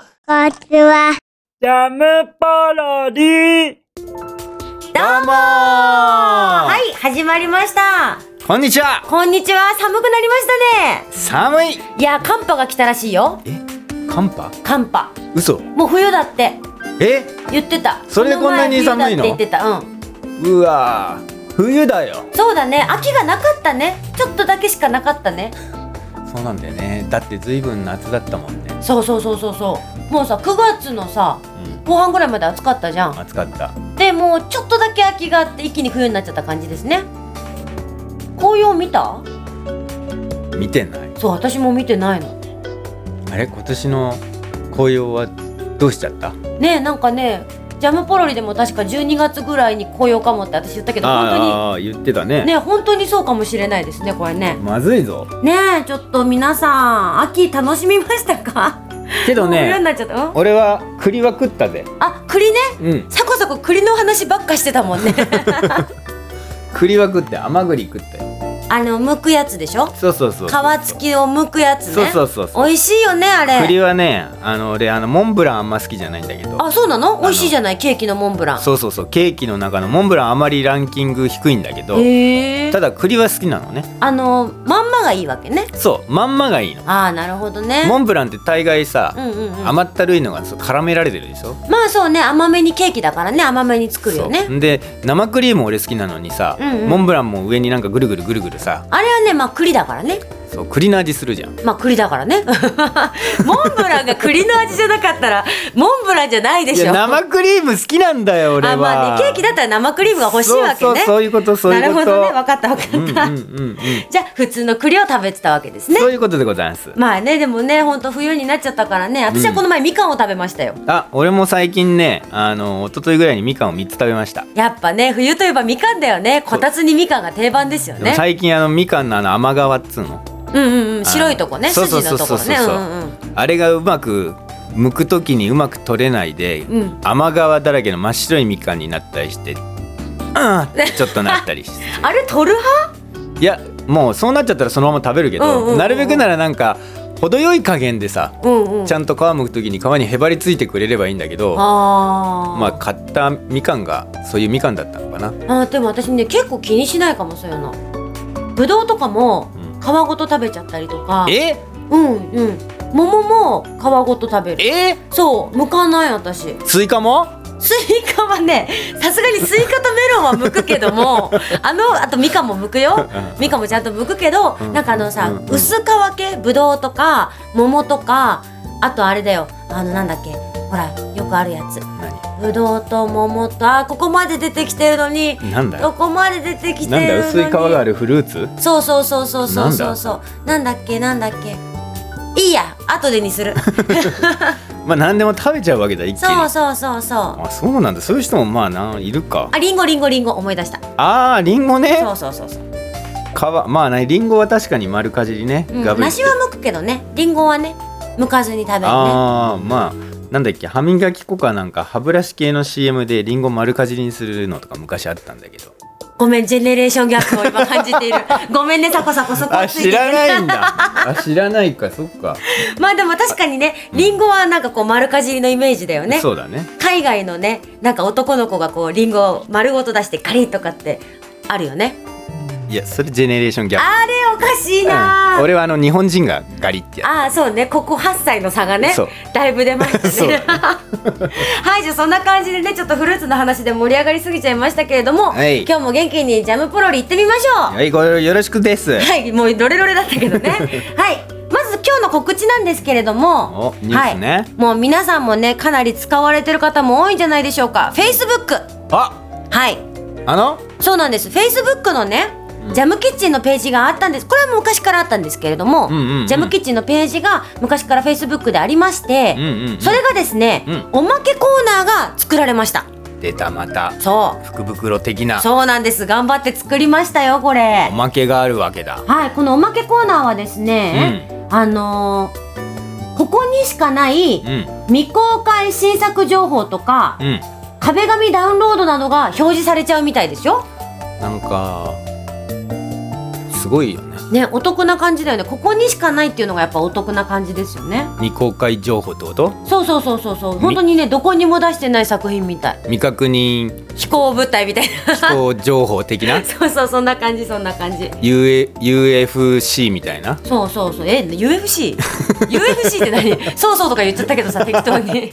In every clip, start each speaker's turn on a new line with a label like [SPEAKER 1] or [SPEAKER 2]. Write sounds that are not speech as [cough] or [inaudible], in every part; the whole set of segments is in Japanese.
[SPEAKER 1] ちは。
[SPEAKER 2] ジャムパロディ
[SPEAKER 3] どうも
[SPEAKER 2] は
[SPEAKER 3] はい、始まりました。
[SPEAKER 2] こんにちは
[SPEAKER 3] こんにちは、寒くなりましたね。
[SPEAKER 2] 寒い
[SPEAKER 3] いや、寒波が来たらしいよ。
[SPEAKER 2] え寒波
[SPEAKER 3] 寒波。
[SPEAKER 2] 嘘
[SPEAKER 3] もう冬だって
[SPEAKER 2] え
[SPEAKER 3] 言ってた。
[SPEAKER 2] それでこんなに
[SPEAKER 3] こ前
[SPEAKER 2] 寒いの
[SPEAKER 3] 冬だって言ってた。うん。
[SPEAKER 2] うわ冬だよ
[SPEAKER 3] そうだね、秋がなかったね。ちょっとだけしかなかったね。
[SPEAKER 2] そうなんだよねだってずいぶん夏だったもんね
[SPEAKER 3] そうそうそうそうそう。もうさ、9月のさ、
[SPEAKER 2] う
[SPEAKER 3] 後半ぐらいまで暑かったじゃん。
[SPEAKER 2] 暑かった
[SPEAKER 3] でもうちょっとだけ秋があって一気に冬になっちゃった感じですね。紅葉見た
[SPEAKER 2] 見てない
[SPEAKER 3] そう、私も見てないの。
[SPEAKER 2] あれ今年の紅葉はどうしちゃった
[SPEAKER 3] ねえなんかねジャムポロリでも確か12月ぐらいに来ようかもって私言ったけど本
[SPEAKER 2] あー言ってた
[SPEAKER 3] 当
[SPEAKER 2] ね
[SPEAKER 3] にね本当にそうかもしれないですねこれね
[SPEAKER 2] まずいぞ
[SPEAKER 3] ねえちょっと皆さん秋楽しみましたか
[SPEAKER 2] けど
[SPEAKER 3] もう冬に
[SPEAKER 2] ね
[SPEAKER 3] なっちゃったうん
[SPEAKER 2] 俺は栗は食ったぜ
[SPEAKER 3] あ栗ね
[SPEAKER 2] うん
[SPEAKER 3] さこさこ栗の話ばっかしてたもん
[SPEAKER 2] [laughs]
[SPEAKER 3] ね
[SPEAKER 2] 栗は食って甘栗食ったよ
[SPEAKER 3] あの剥くやつでしょ
[SPEAKER 2] そうそうそう
[SPEAKER 3] 皮付きを剥くやつね
[SPEAKER 2] そうそうそうそう
[SPEAKER 3] 美味しいよねあ
[SPEAKER 2] 栗
[SPEAKER 3] れ
[SPEAKER 2] はねあの俺あのモンブランあんま好きじゃないんだけど
[SPEAKER 3] あそうなの美味しいじゃないケーキのモンブラン
[SPEAKER 2] そうそうそうケーキの中のモンブランあまりランキング低いんだけど
[SPEAKER 3] へえ
[SPEAKER 2] ただ栗は好きなのね
[SPEAKER 3] あのまんまがいいわけね
[SPEAKER 2] そうまんまがいいの
[SPEAKER 3] ああなるほどね
[SPEAKER 2] モンブランって大概さ、
[SPEAKER 3] うんうんうん
[SPEAKER 2] 甘ったるいのがそう絡められてるでしょ
[SPEAKER 3] まあそうね甘めにケーキだからね甘めに作るよね
[SPEAKER 2] そうで生クリーム俺好きなのにさ、
[SPEAKER 3] うんうん
[SPEAKER 2] モンブランも上になんかぐるぐるぐるぐるさ
[SPEAKER 3] あれはねまあ栗だからね
[SPEAKER 2] そう栗の味するじゃん
[SPEAKER 3] まあ栗だからね [laughs] モンブランが栗の味じゃなかったらモンブランじゃないで
[SPEAKER 2] い
[SPEAKER 3] しょ
[SPEAKER 2] や生クリーム好きなんだよ俺は
[SPEAKER 3] あまあねケーキだったら生クリームが欲しいわけね
[SPEAKER 2] そうそうそういうことそういうこ
[SPEAKER 3] な
[SPEAKER 2] と
[SPEAKER 3] るほどね分かった分かった、
[SPEAKER 2] うんうんうんうん
[SPEAKER 3] じゃあ普通の栗を食べてたわけですね
[SPEAKER 2] そういうことでございます
[SPEAKER 3] まあねでもねほんと冬になっちゃったからね私はこの前みかんを食べましたよ、
[SPEAKER 2] あ俺も最近ねあの一昨日ぐらいにみかんを3つ食べました
[SPEAKER 3] やっぱね冬といえばみかんだよねこたつにみかんが定番ですよ
[SPEAKER 2] でも
[SPEAKER 3] ね
[SPEAKER 2] 最近あのみかんのあの甘皮っつうの
[SPEAKER 3] うんうんうん白いとこね
[SPEAKER 2] あそうそう
[SPEAKER 3] 筋の
[SPEAKER 2] そう
[SPEAKER 3] と
[SPEAKER 2] そ
[SPEAKER 3] こ
[SPEAKER 2] う
[SPEAKER 3] ろ
[SPEAKER 2] そう
[SPEAKER 3] ねうんうんうん
[SPEAKER 2] あれがうまく剥く時にうまく取れないで、
[SPEAKER 3] うん
[SPEAKER 2] 甘皮だらけの真っ白いみかんになったりしてうんってちょっとなったりして
[SPEAKER 3] [laughs] あれ取る派
[SPEAKER 2] いやもうそうなっちゃったらそのまま食べるけど、
[SPEAKER 3] うんうんうん
[SPEAKER 2] なるべくならなんか程よい加減でさ、
[SPEAKER 3] うんうん
[SPEAKER 2] ちゃんと皮剥く時に皮にへばりついてくれればいいんだけど
[SPEAKER 3] あー、
[SPEAKER 2] まあ買ったみかんがそういうみかんだったのかな
[SPEAKER 3] あーでも私ね結構気にしないかもそういうのぶどうとかも
[SPEAKER 2] うん
[SPEAKER 3] 皮ごと食べちゃったりとか
[SPEAKER 2] え
[SPEAKER 3] うんうん桃も皮ごと食べる
[SPEAKER 2] え
[SPEAKER 3] そう剥かない私
[SPEAKER 2] スイカも
[SPEAKER 3] スイカはねさすがにスイカとメロンは剥くけど
[SPEAKER 2] [laughs]
[SPEAKER 3] もあのあとみかんも剥くよみかんもちゃんと剥くけど、
[SPEAKER 2] うん
[SPEAKER 3] なんかあのさ、
[SPEAKER 2] うんうん
[SPEAKER 3] 薄皮系ぶどうとか桃とかあとあれだよあのなんだっけほらよくあるやつ
[SPEAKER 2] 何
[SPEAKER 3] ぶどうと桃とあーここまで出てきてるのに
[SPEAKER 2] なんだ
[SPEAKER 3] ど
[SPEAKER 2] よ
[SPEAKER 3] こまで出てきてるの
[SPEAKER 2] なん
[SPEAKER 3] に
[SPEAKER 2] だよ薄い皮があるフルーツ
[SPEAKER 3] そうそうそうそうそう
[SPEAKER 2] なん
[SPEAKER 3] そ
[SPEAKER 2] だ
[SPEAKER 3] うそうなんだっけなんだっけいいや後でに
[SPEAKER 2] [laughs]
[SPEAKER 3] する
[SPEAKER 2] まあ何でも食べちゃうわけだ一気に
[SPEAKER 3] そうそうそうそう
[SPEAKER 2] あそうなんだそういう人もまあないるか
[SPEAKER 3] あリンゴリンゴリンゴ思い出した
[SPEAKER 2] あーリンゴね
[SPEAKER 3] そうそうそうそう、
[SPEAKER 2] 皮まあねリンゴは確かに丸かじりね、
[SPEAKER 3] うん、
[SPEAKER 2] ガブリ
[SPEAKER 3] 梨は剥くけどねリンゴはね剥かずに食べるね
[SPEAKER 2] ああまあなんだっけ歯磨き粉かなんか歯ブラシ系の CM でリンゴ丸かじりにするのとか昔あったんだけど
[SPEAKER 3] ごめんジェネレーションギャップを今感じてい
[SPEAKER 2] [laughs]
[SPEAKER 3] るごめんねサコサコそこ
[SPEAKER 2] あ
[SPEAKER 3] はついて
[SPEAKER 2] 知
[SPEAKER 3] いけ
[SPEAKER 2] らないん
[SPEAKER 3] [laughs]
[SPEAKER 2] だあ知らないかそっか、
[SPEAKER 3] まあでも確かにねリンゴはなんかこう丸かじりのイメージだよね
[SPEAKER 2] そうだね
[SPEAKER 3] 海外のねなんか男の子がこうリンゴを丸ごと出してカリッとかってあるよね
[SPEAKER 2] いやそれジェネレーションギャッ
[SPEAKER 3] あれおかしい
[SPEAKER 2] プ、
[SPEAKER 3] な
[SPEAKER 2] うん
[SPEAKER 3] ー、
[SPEAKER 2] 俺はあの日本人がガリってや
[SPEAKER 3] ああそうねここ8歳の差がね
[SPEAKER 2] そう
[SPEAKER 3] だいぶ出ました
[SPEAKER 2] [laughs] そう
[SPEAKER 3] ね
[SPEAKER 2] だ
[SPEAKER 3] [laughs] はいじゃあそんな感じでねちょっとフルーツの話で盛り上がりすぎちゃいましたけれども、
[SPEAKER 2] はい
[SPEAKER 3] 今日も元気にジャムポロリ行ってみましょう
[SPEAKER 2] つはいこれよろしくです
[SPEAKER 3] はい、もうロレロレだったけ
[SPEAKER 2] [laughs]
[SPEAKER 3] どね。はい、まず今日の告知なんですけれども
[SPEAKER 2] お、ニュースね
[SPEAKER 3] はい、もう皆さんもねかなり使われてる方も多いんじゃないでしょうか。Facebook、
[SPEAKER 2] あ
[SPEAKER 3] はい、
[SPEAKER 2] あの
[SPEAKER 3] そうなんです。Facebook のね、ジャムキッチンのページがあったんです。これはもう昔からあったんですけれども、
[SPEAKER 2] うんうんうん
[SPEAKER 3] ジャムキッチンのページが昔から Facebook でありまして、
[SPEAKER 2] うんうんうん
[SPEAKER 3] それがですね、
[SPEAKER 2] うん
[SPEAKER 3] おまけコーナーが作られました。
[SPEAKER 2] 出たまた
[SPEAKER 3] そう、
[SPEAKER 2] 福袋的な
[SPEAKER 3] そうなんです。頑張って作りましたよこれ
[SPEAKER 2] お。まけがあるわけだ
[SPEAKER 3] はい、このおまけコーナーはですね、あのーここにしかない
[SPEAKER 2] うん
[SPEAKER 3] 未公開新作情報とか、
[SPEAKER 2] うん
[SPEAKER 3] 壁紙ダウンロードなどが表示されちゃうみたいですよ。
[SPEAKER 2] なんかすごいよね
[SPEAKER 3] ねお得な感じだよねここにしかないっていうのがやっぱお得な感じですよね
[SPEAKER 2] 未公開情報ってこと
[SPEAKER 3] そうそうそうそうそう本当にねどこにも出してない作品みたい
[SPEAKER 2] 未確認
[SPEAKER 3] 飛行物体みたい
[SPEAKER 2] [laughs] 飛行情報
[SPEAKER 3] [laughs]
[SPEAKER 2] 的な
[SPEAKER 3] なそうそうそんな感じそんな感じ
[SPEAKER 2] UA UFC みたいな
[SPEAKER 3] そうそうそうえ UFC?UFC
[SPEAKER 2] [laughs]
[SPEAKER 3] って何そうそうとか言っちゃったけどさ適当に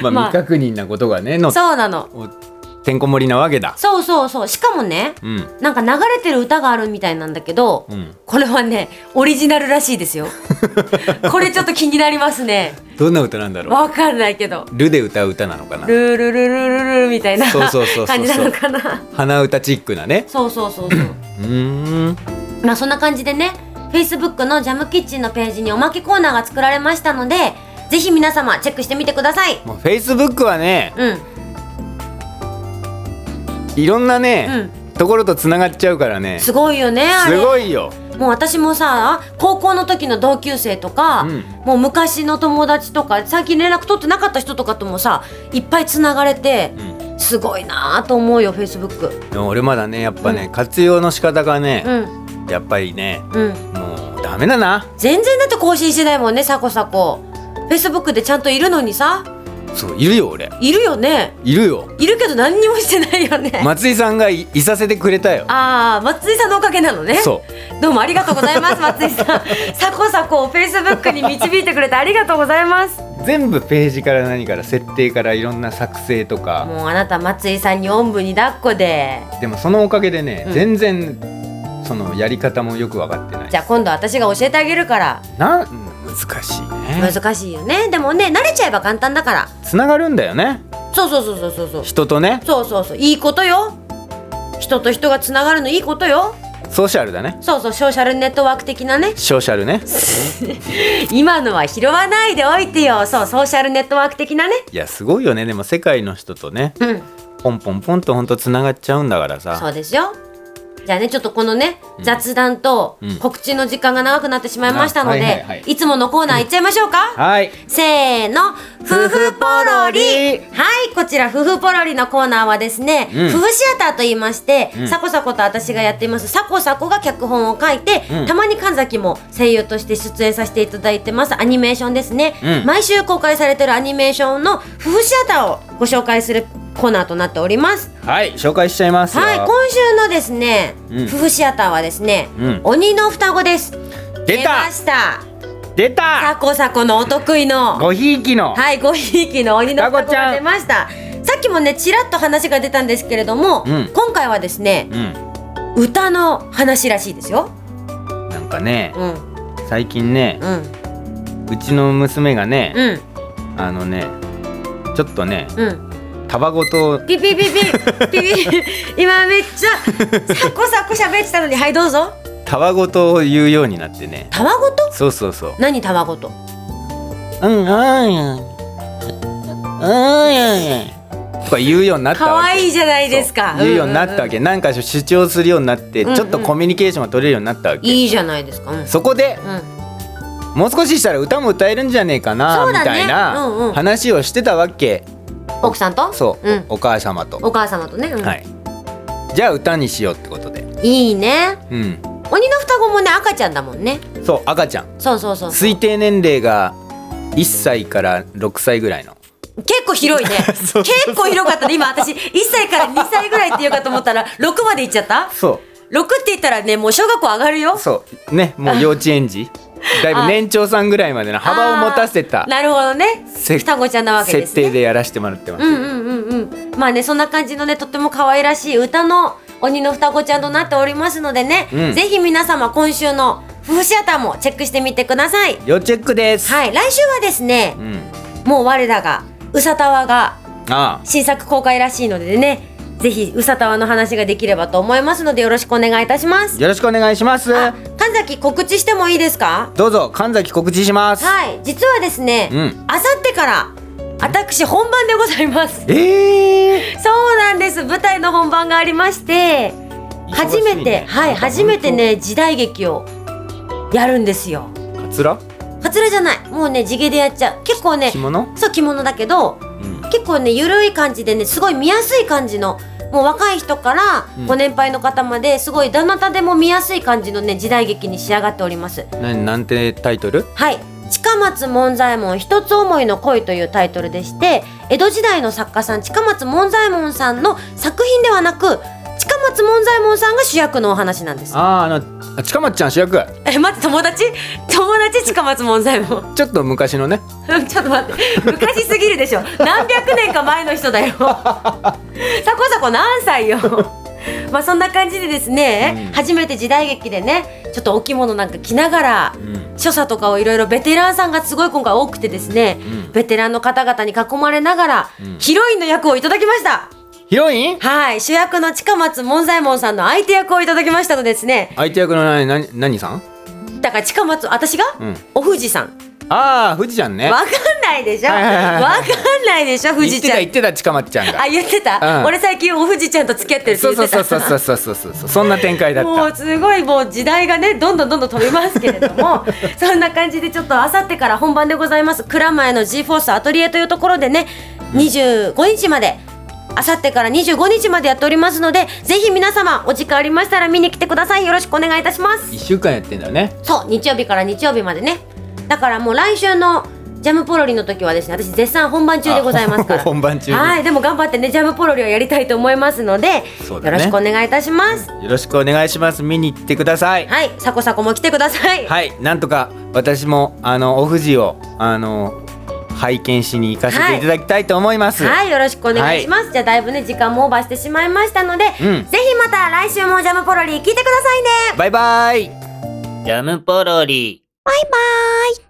[SPEAKER 2] まあ
[SPEAKER 3] まあ
[SPEAKER 2] 未確認なことがねの
[SPEAKER 3] そうなの
[SPEAKER 2] おてんこ盛りなわけだ
[SPEAKER 3] そうそうそうしかもね
[SPEAKER 2] うん
[SPEAKER 3] なんか流れてる歌があるみたいなんだけど、
[SPEAKER 2] うん
[SPEAKER 3] これはねオリジナルらしい
[SPEAKER 2] [laughs]
[SPEAKER 3] ですよこれちょっと気になりますね
[SPEAKER 2] どんな歌なんだろ
[SPEAKER 3] わかんないけど
[SPEAKER 2] うルで歌う歌なのかな
[SPEAKER 3] ルールルルルルルみたいな
[SPEAKER 2] そうそうそうそうそう
[SPEAKER 3] 感じなのかな
[SPEAKER 2] 鼻歌チックなね
[SPEAKER 3] そうそうそうそう
[SPEAKER 2] うーん
[SPEAKER 3] [clears throat] まあそんな感じでね Facebook のジャムキッチンのページにおまけコーナーが作られましたのでぜひ皆様チェックしてみてください
[SPEAKER 2] もう Facebook はね
[SPEAKER 3] うん
[SPEAKER 2] いろんな
[SPEAKER 3] う
[SPEAKER 2] ね、
[SPEAKER 3] ん
[SPEAKER 2] ところとつながっちゃうからねす
[SPEAKER 3] すごいよねあれ
[SPEAKER 2] ごいよ
[SPEAKER 3] もう私もさ高校の時の同級生とか、
[SPEAKER 2] うん
[SPEAKER 3] もう昔の友達とか最近連絡取ってなかった人とかともさいっぱいつながれて、すごいなぁと思うよフェイスブック
[SPEAKER 2] でも俺まだねやっぱね、活用の仕方がね
[SPEAKER 3] う、ん
[SPEAKER 2] やっぱりね
[SPEAKER 3] うん
[SPEAKER 2] もうダメだな
[SPEAKER 3] 全然だって更新してないもんねサコサコフェイスブックでちゃんといるのにさ
[SPEAKER 2] そういるよ俺
[SPEAKER 3] いるよね
[SPEAKER 2] いるよ
[SPEAKER 3] いるけど何にもしてないよね、
[SPEAKER 2] 松井さんがいいさせてくれたよ
[SPEAKER 3] ああ松井さんのおかげなのね
[SPEAKER 2] そう
[SPEAKER 3] どうもありがとうございます松井
[SPEAKER 2] [laughs]
[SPEAKER 3] さんサコサコをフェイスブックに導いてくれてありがとうございます
[SPEAKER 2] 全部ページから何から設定からいろんな作成とか
[SPEAKER 3] もうあなた松井さんにおんぶに抱っこで
[SPEAKER 2] でもそのおかげでね、
[SPEAKER 3] うん
[SPEAKER 2] 全然そのやり方もよく分かってない
[SPEAKER 3] じゃあ今度私が教えてあげるから
[SPEAKER 2] なん難しいね
[SPEAKER 3] 難しいよねでもね慣れちゃえば簡単だから
[SPEAKER 2] つながるんだよね
[SPEAKER 3] そうそうそうそうそうそう
[SPEAKER 2] 人とね
[SPEAKER 3] そうそうそういいことよ人と人がつながるのいいことよ
[SPEAKER 2] ソーシャルだね
[SPEAKER 3] そうそうソーシャルネットワーク的なね
[SPEAKER 2] ソーシャルね
[SPEAKER 3] 今のは拾わないでおいてよそうソーシャルネットワーク的なね
[SPEAKER 2] いやすごいよねでも世界の人とね
[SPEAKER 3] うん
[SPEAKER 2] ポンポンポンとほんとつながっちゃうんだから
[SPEAKER 3] そ
[SPEAKER 2] さ
[SPEAKER 3] うですよじゃあねちょっとこのね雑談と
[SPEAKER 2] うん
[SPEAKER 3] 告知の時間が長くなってしまいましたので、
[SPEAKER 2] あはいいはいはい
[SPEAKER 3] つものコーナー行っちゃいましょうか、
[SPEAKER 2] はい
[SPEAKER 3] せーの、夫婦ポロリ。はい、こちら、夫婦ポロリのコーナーはですね、
[SPEAKER 2] うん
[SPEAKER 3] 夫婦シアターと言いまして、
[SPEAKER 2] ん
[SPEAKER 3] サコサコと私がやっています、サコサコが脚本を書いて、
[SPEAKER 2] うん
[SPEAKER 3] たまに神崎も声優として出演させていただいてます、アニメーションですね。
[SPEAKER 2] うん
[SPEAKER 3] 毎週公開されてるアニメーションの夫婦シアターをご紹介するコーナーとなっております。
[SPEAKER 2] はい紹介しちゃいますよ
[SPEAKER 3] はい、今週のですね、
[SPEAKER 2] うん
[SPEAKER 3] 夫婦シアターはですね、
[SPEAKER 2] うん
[SPEAKER 3] 鬼の双子です。
[SPEAKER 2] 出
[SPEAKER 3] ま
[SPEAKER 2] た
[SPEAKER 3] した
[SPEAKER 2] 出た
[SPEAKER 3] サコサコのお得意の。
[SPEAKER 2] ごひいきの
[SPEAKER 3] はい、ごひいきの鬼の双
[SPEAKER 2] 双
[SPEAKER 3] 子
[SPEAKER 2] 子ちゃ
[SPEAKER 3] が
[SPEAKER 2] ん
[SPEAKER 3] 出ました。さっきもね、ちらっと話が出たんですけれども、
[SPEAKER 2] うん
[SPEAKER 3] 今回はですね、
[SPEAKER 2] うん
[SPEAKER 3] 歌の話らしいですよ。
[SPEAKER 2] なんかね
[SPEAKER 3] うん、
[SPEAKER 2] 最近ね
[SPEAKER 3] うん、
[SPEAKER 2] うちの娘がね
[SPEAKER 3] うん、
[SPEAKER 2] あのねちょっとね
[SPEAKER 3] うん。
[SPEAKER 2] タバコと
[SPEAKER 3] ピピピピ、ピ
[SPEAKER 2] [laughs]
[SPEAKER 3] ピ、今めっちゃ、サコサコ喋ってたのに、はい、どうぞ。
[SPEAKER 2] タバコと言うようになってね
[SPEAKER 3] たわごと
[SPEAKER 2] そうそうそう
[SPEAKER 3] 何たわごと
[SPEAKER 2] うんうんうんとか言うようになった
[SPEAKER 3] 可
[SPEAKER 2] わけ
[SPEAKER 3] 愛いじゃないですか。
[SPEAKER 2] そう言うようになったわけ、なんか主張するようになって、
[SPEAKER 3] んうん
[SPEAKER 2] ちょっとコミュニケーションが取れるようになったわけ
[SPEAKER 3] いいじゃないですか。うん。うん
[SPEAKER 2] そこでもう少ししたら歌も歌えるんじゃねえかな、
[SPEAKER 3] そう
[SPEAKER 2] み
[SPEAKER 3] だね
[SPEAKER 2] たい
[SPEAKER 3] うんうん
[SPEAKER 2] な話をしてたわけ
[SPEAKER 3] 奥さんと
[SPEAKER 2] そう、
[SPEAKER 3] うん
[SPEAKER 2] お母様と、
[SPEAKER 3] お母様とね、うん
[SPEAKER 2] はいじゃあ歌にしようってことで
[SPEAKER 3] いいね
[SPEAKER 2] うん
[SPEAKER 3] 鬼の双子もね赤ちゃんだもんね
[SPEAKER 2] そう赤ちゃん
[SPEAKER 3] そうそうそう
[SPEAKER 2] 推定年齢が1歳から6歳ぐらいの
[SPEAKER 3] 結構広いね。結
[SPEAKER 2] [laughs] そう
[SPEAKER 3] 構広かったね。今私、1歳から2歳ぐらいって言うかと思ったら、6まで行っちゃった
[SPEAKER 2] そ
[SPEAKER 3] ?6 って言ったらね、もう小学校上がるよ
[SPEAKER 2] う。そうねもう幼稚
[SPEAKER 3] [laughs]
[SPEAKER 2] 園児だいぶ年長さんぐらいまでの幅を持たせた
[SPEAKER 3] なるほどね。
[SPEAKER 2] せ
[SPEAKER 3] 双子ちゃんなわけで
[SPEAKER 2] 設
[SPEAKER 3] すね。
[SPEAKER 2] 定でやらせてもらってます、
[SPEAKER 3] うんうんうんうん。まあね、そんな感じのね、とっても可愛らしい歌の鬼の双子ちゃんとなっておりますのでね、
[SPEAKER 2] うん
[SPEAKER 3] ぜひ皆様今週の夫婦シアターもチェックしてみてください。
[SPEAKER 2] 要チェックです、
[SPEAKER 3] はい、来週はですね
[SPEAKER 2] う、ん、
[SPEAKER 3] もう我らが、うさたわが
[SPEAKER 2] ああ
[SPEAKER 3] 新作公開らしいのでねぜひうさたわの話ができればと思いますのでよろしくお願いいたします
[SPEAKER 2] よろしくお願いします
[SPEAKER 3] あ神崎告知してもいいですか
[SPEAKER 2] どうぞ神崎告知します
[SPEAKER 3] はい実はですね
[SPEAKER 2] うん
[SPEAKER 3] あさってから私本番でござい
[SPEAKER 2] [laughs]
[SPEAKER 3] ます
[SPEAKER 2] ええ
[SPEAKER 3] そうなんです舞台の本番がありまして
[SPEAKER 2] ー、
[SPEAKER 3] 初めて、はい初めてね時代劇をやるんですよ
[SPEAKER 2] かつら
[SPEAKER 3] カツラじゃないもうね地毛でやっちゃう結構ね
[SPEAKER 2] 着物
[SPEAKER 3] そう着物だけど
[SPEAKER 2] うん
[SPEAKER 3] 結構ねゆるい感じでねすごい見やすい感じのもう若い人から
[SPEAKER 2] うん
[SPEAKER 3] ご年配の方まですごいどなたでも見やすい感じのね時代劇に仕上がっております
[SPEAKER 2] ななんてタイトル
[SPEAKER 3] はい近松門左衛門一つ思いの恋というタイトルでして江戸時代の作家さん近松門左衛門さんの作品ではなく近松門左衛門さんが主役のお話なんです
[SPEAKER 2] あーあのあ近松ちゃん主役
[SPEAKER 3] え待って友達 [laughs] 友達近松門左衛門
[SPEAKER 2] ちょっと昔のね
[SPEAKER 3] うん [laughs] ちょっと待って昔すぎるでしょ何百年か前の人だよ [laughs] さこさこ何歳よ [laughs] まあそんな感じでですね、
[SPEAKER 2] うん
[SPEAKER 3] 初めて時代劇でねちょっとお着物なんか着ながら
[SPEAKER 2] うん
[SPEAKER 3] 所作とかをいろいろベテランさんがすごい今回多くてですね、
[SPEAKER 2] うん
[SPEAKER 3] ベテランの方々に囲まれながら、
[SPEAKER 2] うん
[SPEAKER 3] ヒロインの役をいただきました
[SPEAKER 2] ヒロイン
[SPEAKER 3] はい主役の近松門左衛門さんの相手役をいただきましたのですね
[SPEAKER 2] 相手役の何何何さん
[SPEAKER 3] だから近松私が、
[SPEAKER 2] うん
[SPEAKER 3] お富士さん
[SPEAKER 2] ああ富士ちゃんね
[SPEAKER 3] わかんないでしょわ
[SPEAKER 2] はいはいはいはい
[SPEAKER 3] かんないでしょ富
[SPEAKER 2] 言っ
[SPEAKER 3] 士
[SPEAKER 2] て
[SPEAKER 3] ちゃ
[SPEAKER 2] た
[SPEAKER 3] ん
[SPEAKER 2] 言ってた近松ちゃんが
[SPEAKER 3] あ言ってた、
[SPEAKER 2] うん
[SPEAKER 3] 俺最近おふじちゃんと付き合ってるって
[SPEAKER 2] そう
[SPEAKER 3] 言っ
[SPEAKER 2] そう
[SPEAKER 3] て
[SPEAKER 2] そ
[SPEAKER 3] た
[SPEAKER 2] うそうそうそうそうそうそんな展開だっ
[SPEAKER 3] もう
[SPEAKER 2] た
[SPEAKER 3] すごいもう時代がねどんどんどんどん飛びますけれど
[SPEAKER 2] [laughs]
[SPEAKER 3] もそんな感じでちょっとあさってから本番でございます蔵前の G フォースアトリエというところでね25日まであさってから25日までやっておりますのでぜひ皆様お時間ありましたら見に来てくださいよろしくお願いいたします
[SPEAKER 2] 一週間やってんだよね
[SPEAKER 3] そう日曜日から日曜日までねだからもう来週のジャムポロリの時はですね私絶賛本番中でございますから
[SPEAKER 2] [laughs] 本番中に
[SPEAKER 3] はい、でも頑張ってね、ジャムポロリをやりたいと思いますので、
[SPEAKER 2] そうだ
[SPEAKER 3] よ
[SPEAKER 2] ね
[SPEAKER 3] ろしくお願いいたします。
[SPEAKER 2] よろしくお願いします見に行ってください
[SPEAKER 3] はい、サコサコも来てください。
[SPEAKER 2] はい、なんとか私もあのお富士をあの拝見しに行かせていただきたいと思います。
[SPEAKER 3] はい、よろしくお願いします。じゃあだいぶね、時間もオーバーしてしまいましたので、
[SPEAKER 2] うん
[SPEAKER 3] ぜひまた来週もジャムポロリ聞いてくださいね。
[SPEAKER 2] バイバイ。
[SPEAKER 1] ジャムポロリ。
[SPEAKER 3] バイバイ。